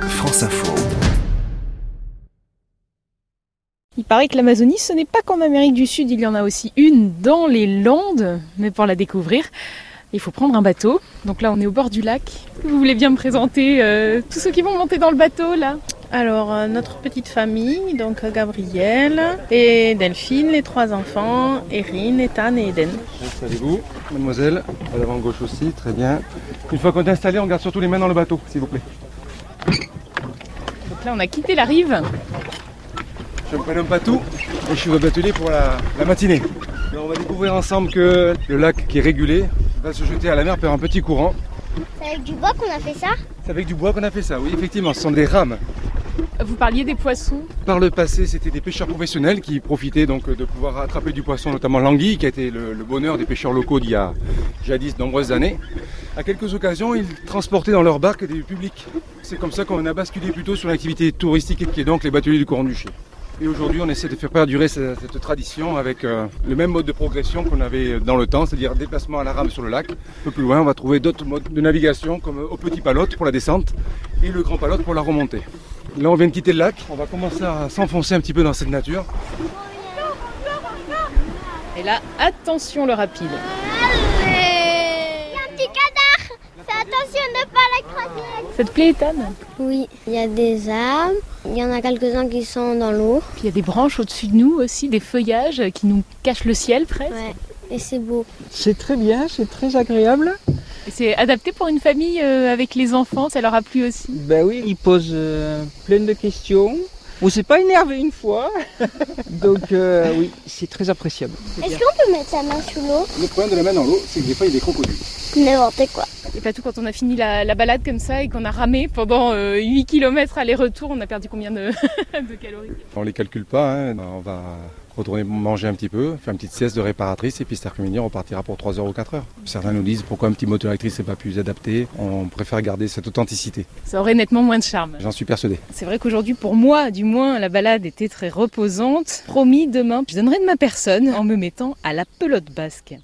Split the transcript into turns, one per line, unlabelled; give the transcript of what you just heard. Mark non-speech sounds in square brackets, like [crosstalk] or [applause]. Mars Info.
Il paraît que l'Amazonie, ce n'est pas qu'en Amérique du Sud, il y en a aussi une dans les Landes, mais pour la découvrir, il faut prendre un bateau. Donc là, on est au bord du lac. Vous voulez bien me présenter euh, tous ceux qui vont monter dans le bateau là
Alors, euh, notre petite famille, donc euh, Gabriel et Delphine, les trois enfants, Erin, Ethan et Eden.
Installez-vous, mademoiselle, à l'avant gauche aussi, très bien. Une fois qu'on est installé, on garde surtout les mains dans le bateau, s'il vous plaît.
Donc là, on a quitté la rive.
Je me prénomme Patou et je suis votre batelier pour la, la matinée. Alors, on va découvrir ensemble que le lac qui est régulé va se jeter à la mer par un petit courant.
C'est avec du bois Euh, qu'on a fait ça
C'est avec du bois qu'on a fait ça, oui, effectivement, ce sont des rames.
Vous parliez des poissons.
Par le passé, c'était des pêcheurs professionnels qui profitaient donc euh, de pouvoir attraper du poisson, notamment l'anguille, qui a été le, le bonheur des pêcheurs locaux d'il y a jadis de nombreuses années. À quelques occasions, ils transportaient dans leur barque des publics. C'est comme ça qu'on a basculé plutôt sur l'activité touristique qui est donc les bateliers du courant du Ché. Et aujourd'hui, on essaie de faire perdurer cette, cette tradition avec euh, le même mode de progression qu'on avait dans le temps, c'est-à-dire déplacement à la rame sur le lac. Un peu plus loin, on va trouver d'autres modes de navigation comme au petit palote pour la descente et le grand palote pour la remontée. Là, on vient de quitter le lac. On va commencer à s'enfoncer un petit peu dans cette nature.
Et là, attention le rapide.
Il Euh, y a un petit cadavre Fais attention de ne pas l'écraser
Ça te plaît, Ethan
Oui, il y a des arbres, il y en a quelques-uns qui sont dans l'eau.
Puis il y a des branches au-dessus de nous aussi, des feuillages qui nous cachent le ciel presque.
Ouais, et c'est beau.
C'est très bien, c'est très agréable.
Et C'est adapté pour une famille euh, avec les enfants, ça leur a plu aussi.
Ben oui, il pose euh, plein de questions. On s'est pas énervé une [laughs] fois. Donc euh, oui, c'est très appréciable.
Est-ce qu'on peut mettre sa main sous l'eau
Le problème de la main dans l'eau, c'est que des fois, il y a des crocodiles.
N'importe quoi.
Et pas tout quand on a fini la, la balade comme ça et qu'on a ramé pendant euh, 8 km aller-retour, on a perdu combien de, [laughs] de calories
On les calcule pas, hein. on va retourner manger un petit peu, faire une petite sieste de réparatrice et puis cet après-midi on repartira pour 3 heures ou 4 heures. Certains nous disent pourquoi un petit moteur électrique c'est pas plus adapté, on préfère garder cette authenticité.
Ça aurait nettement moins de charme.
J'en suis persuadé.
C'est vrai qu'aujourd'hui, pour moi, du moins, la balade était très reposante. Promis, demain, je donnerai de ma personne en me mettant à la pelote basque.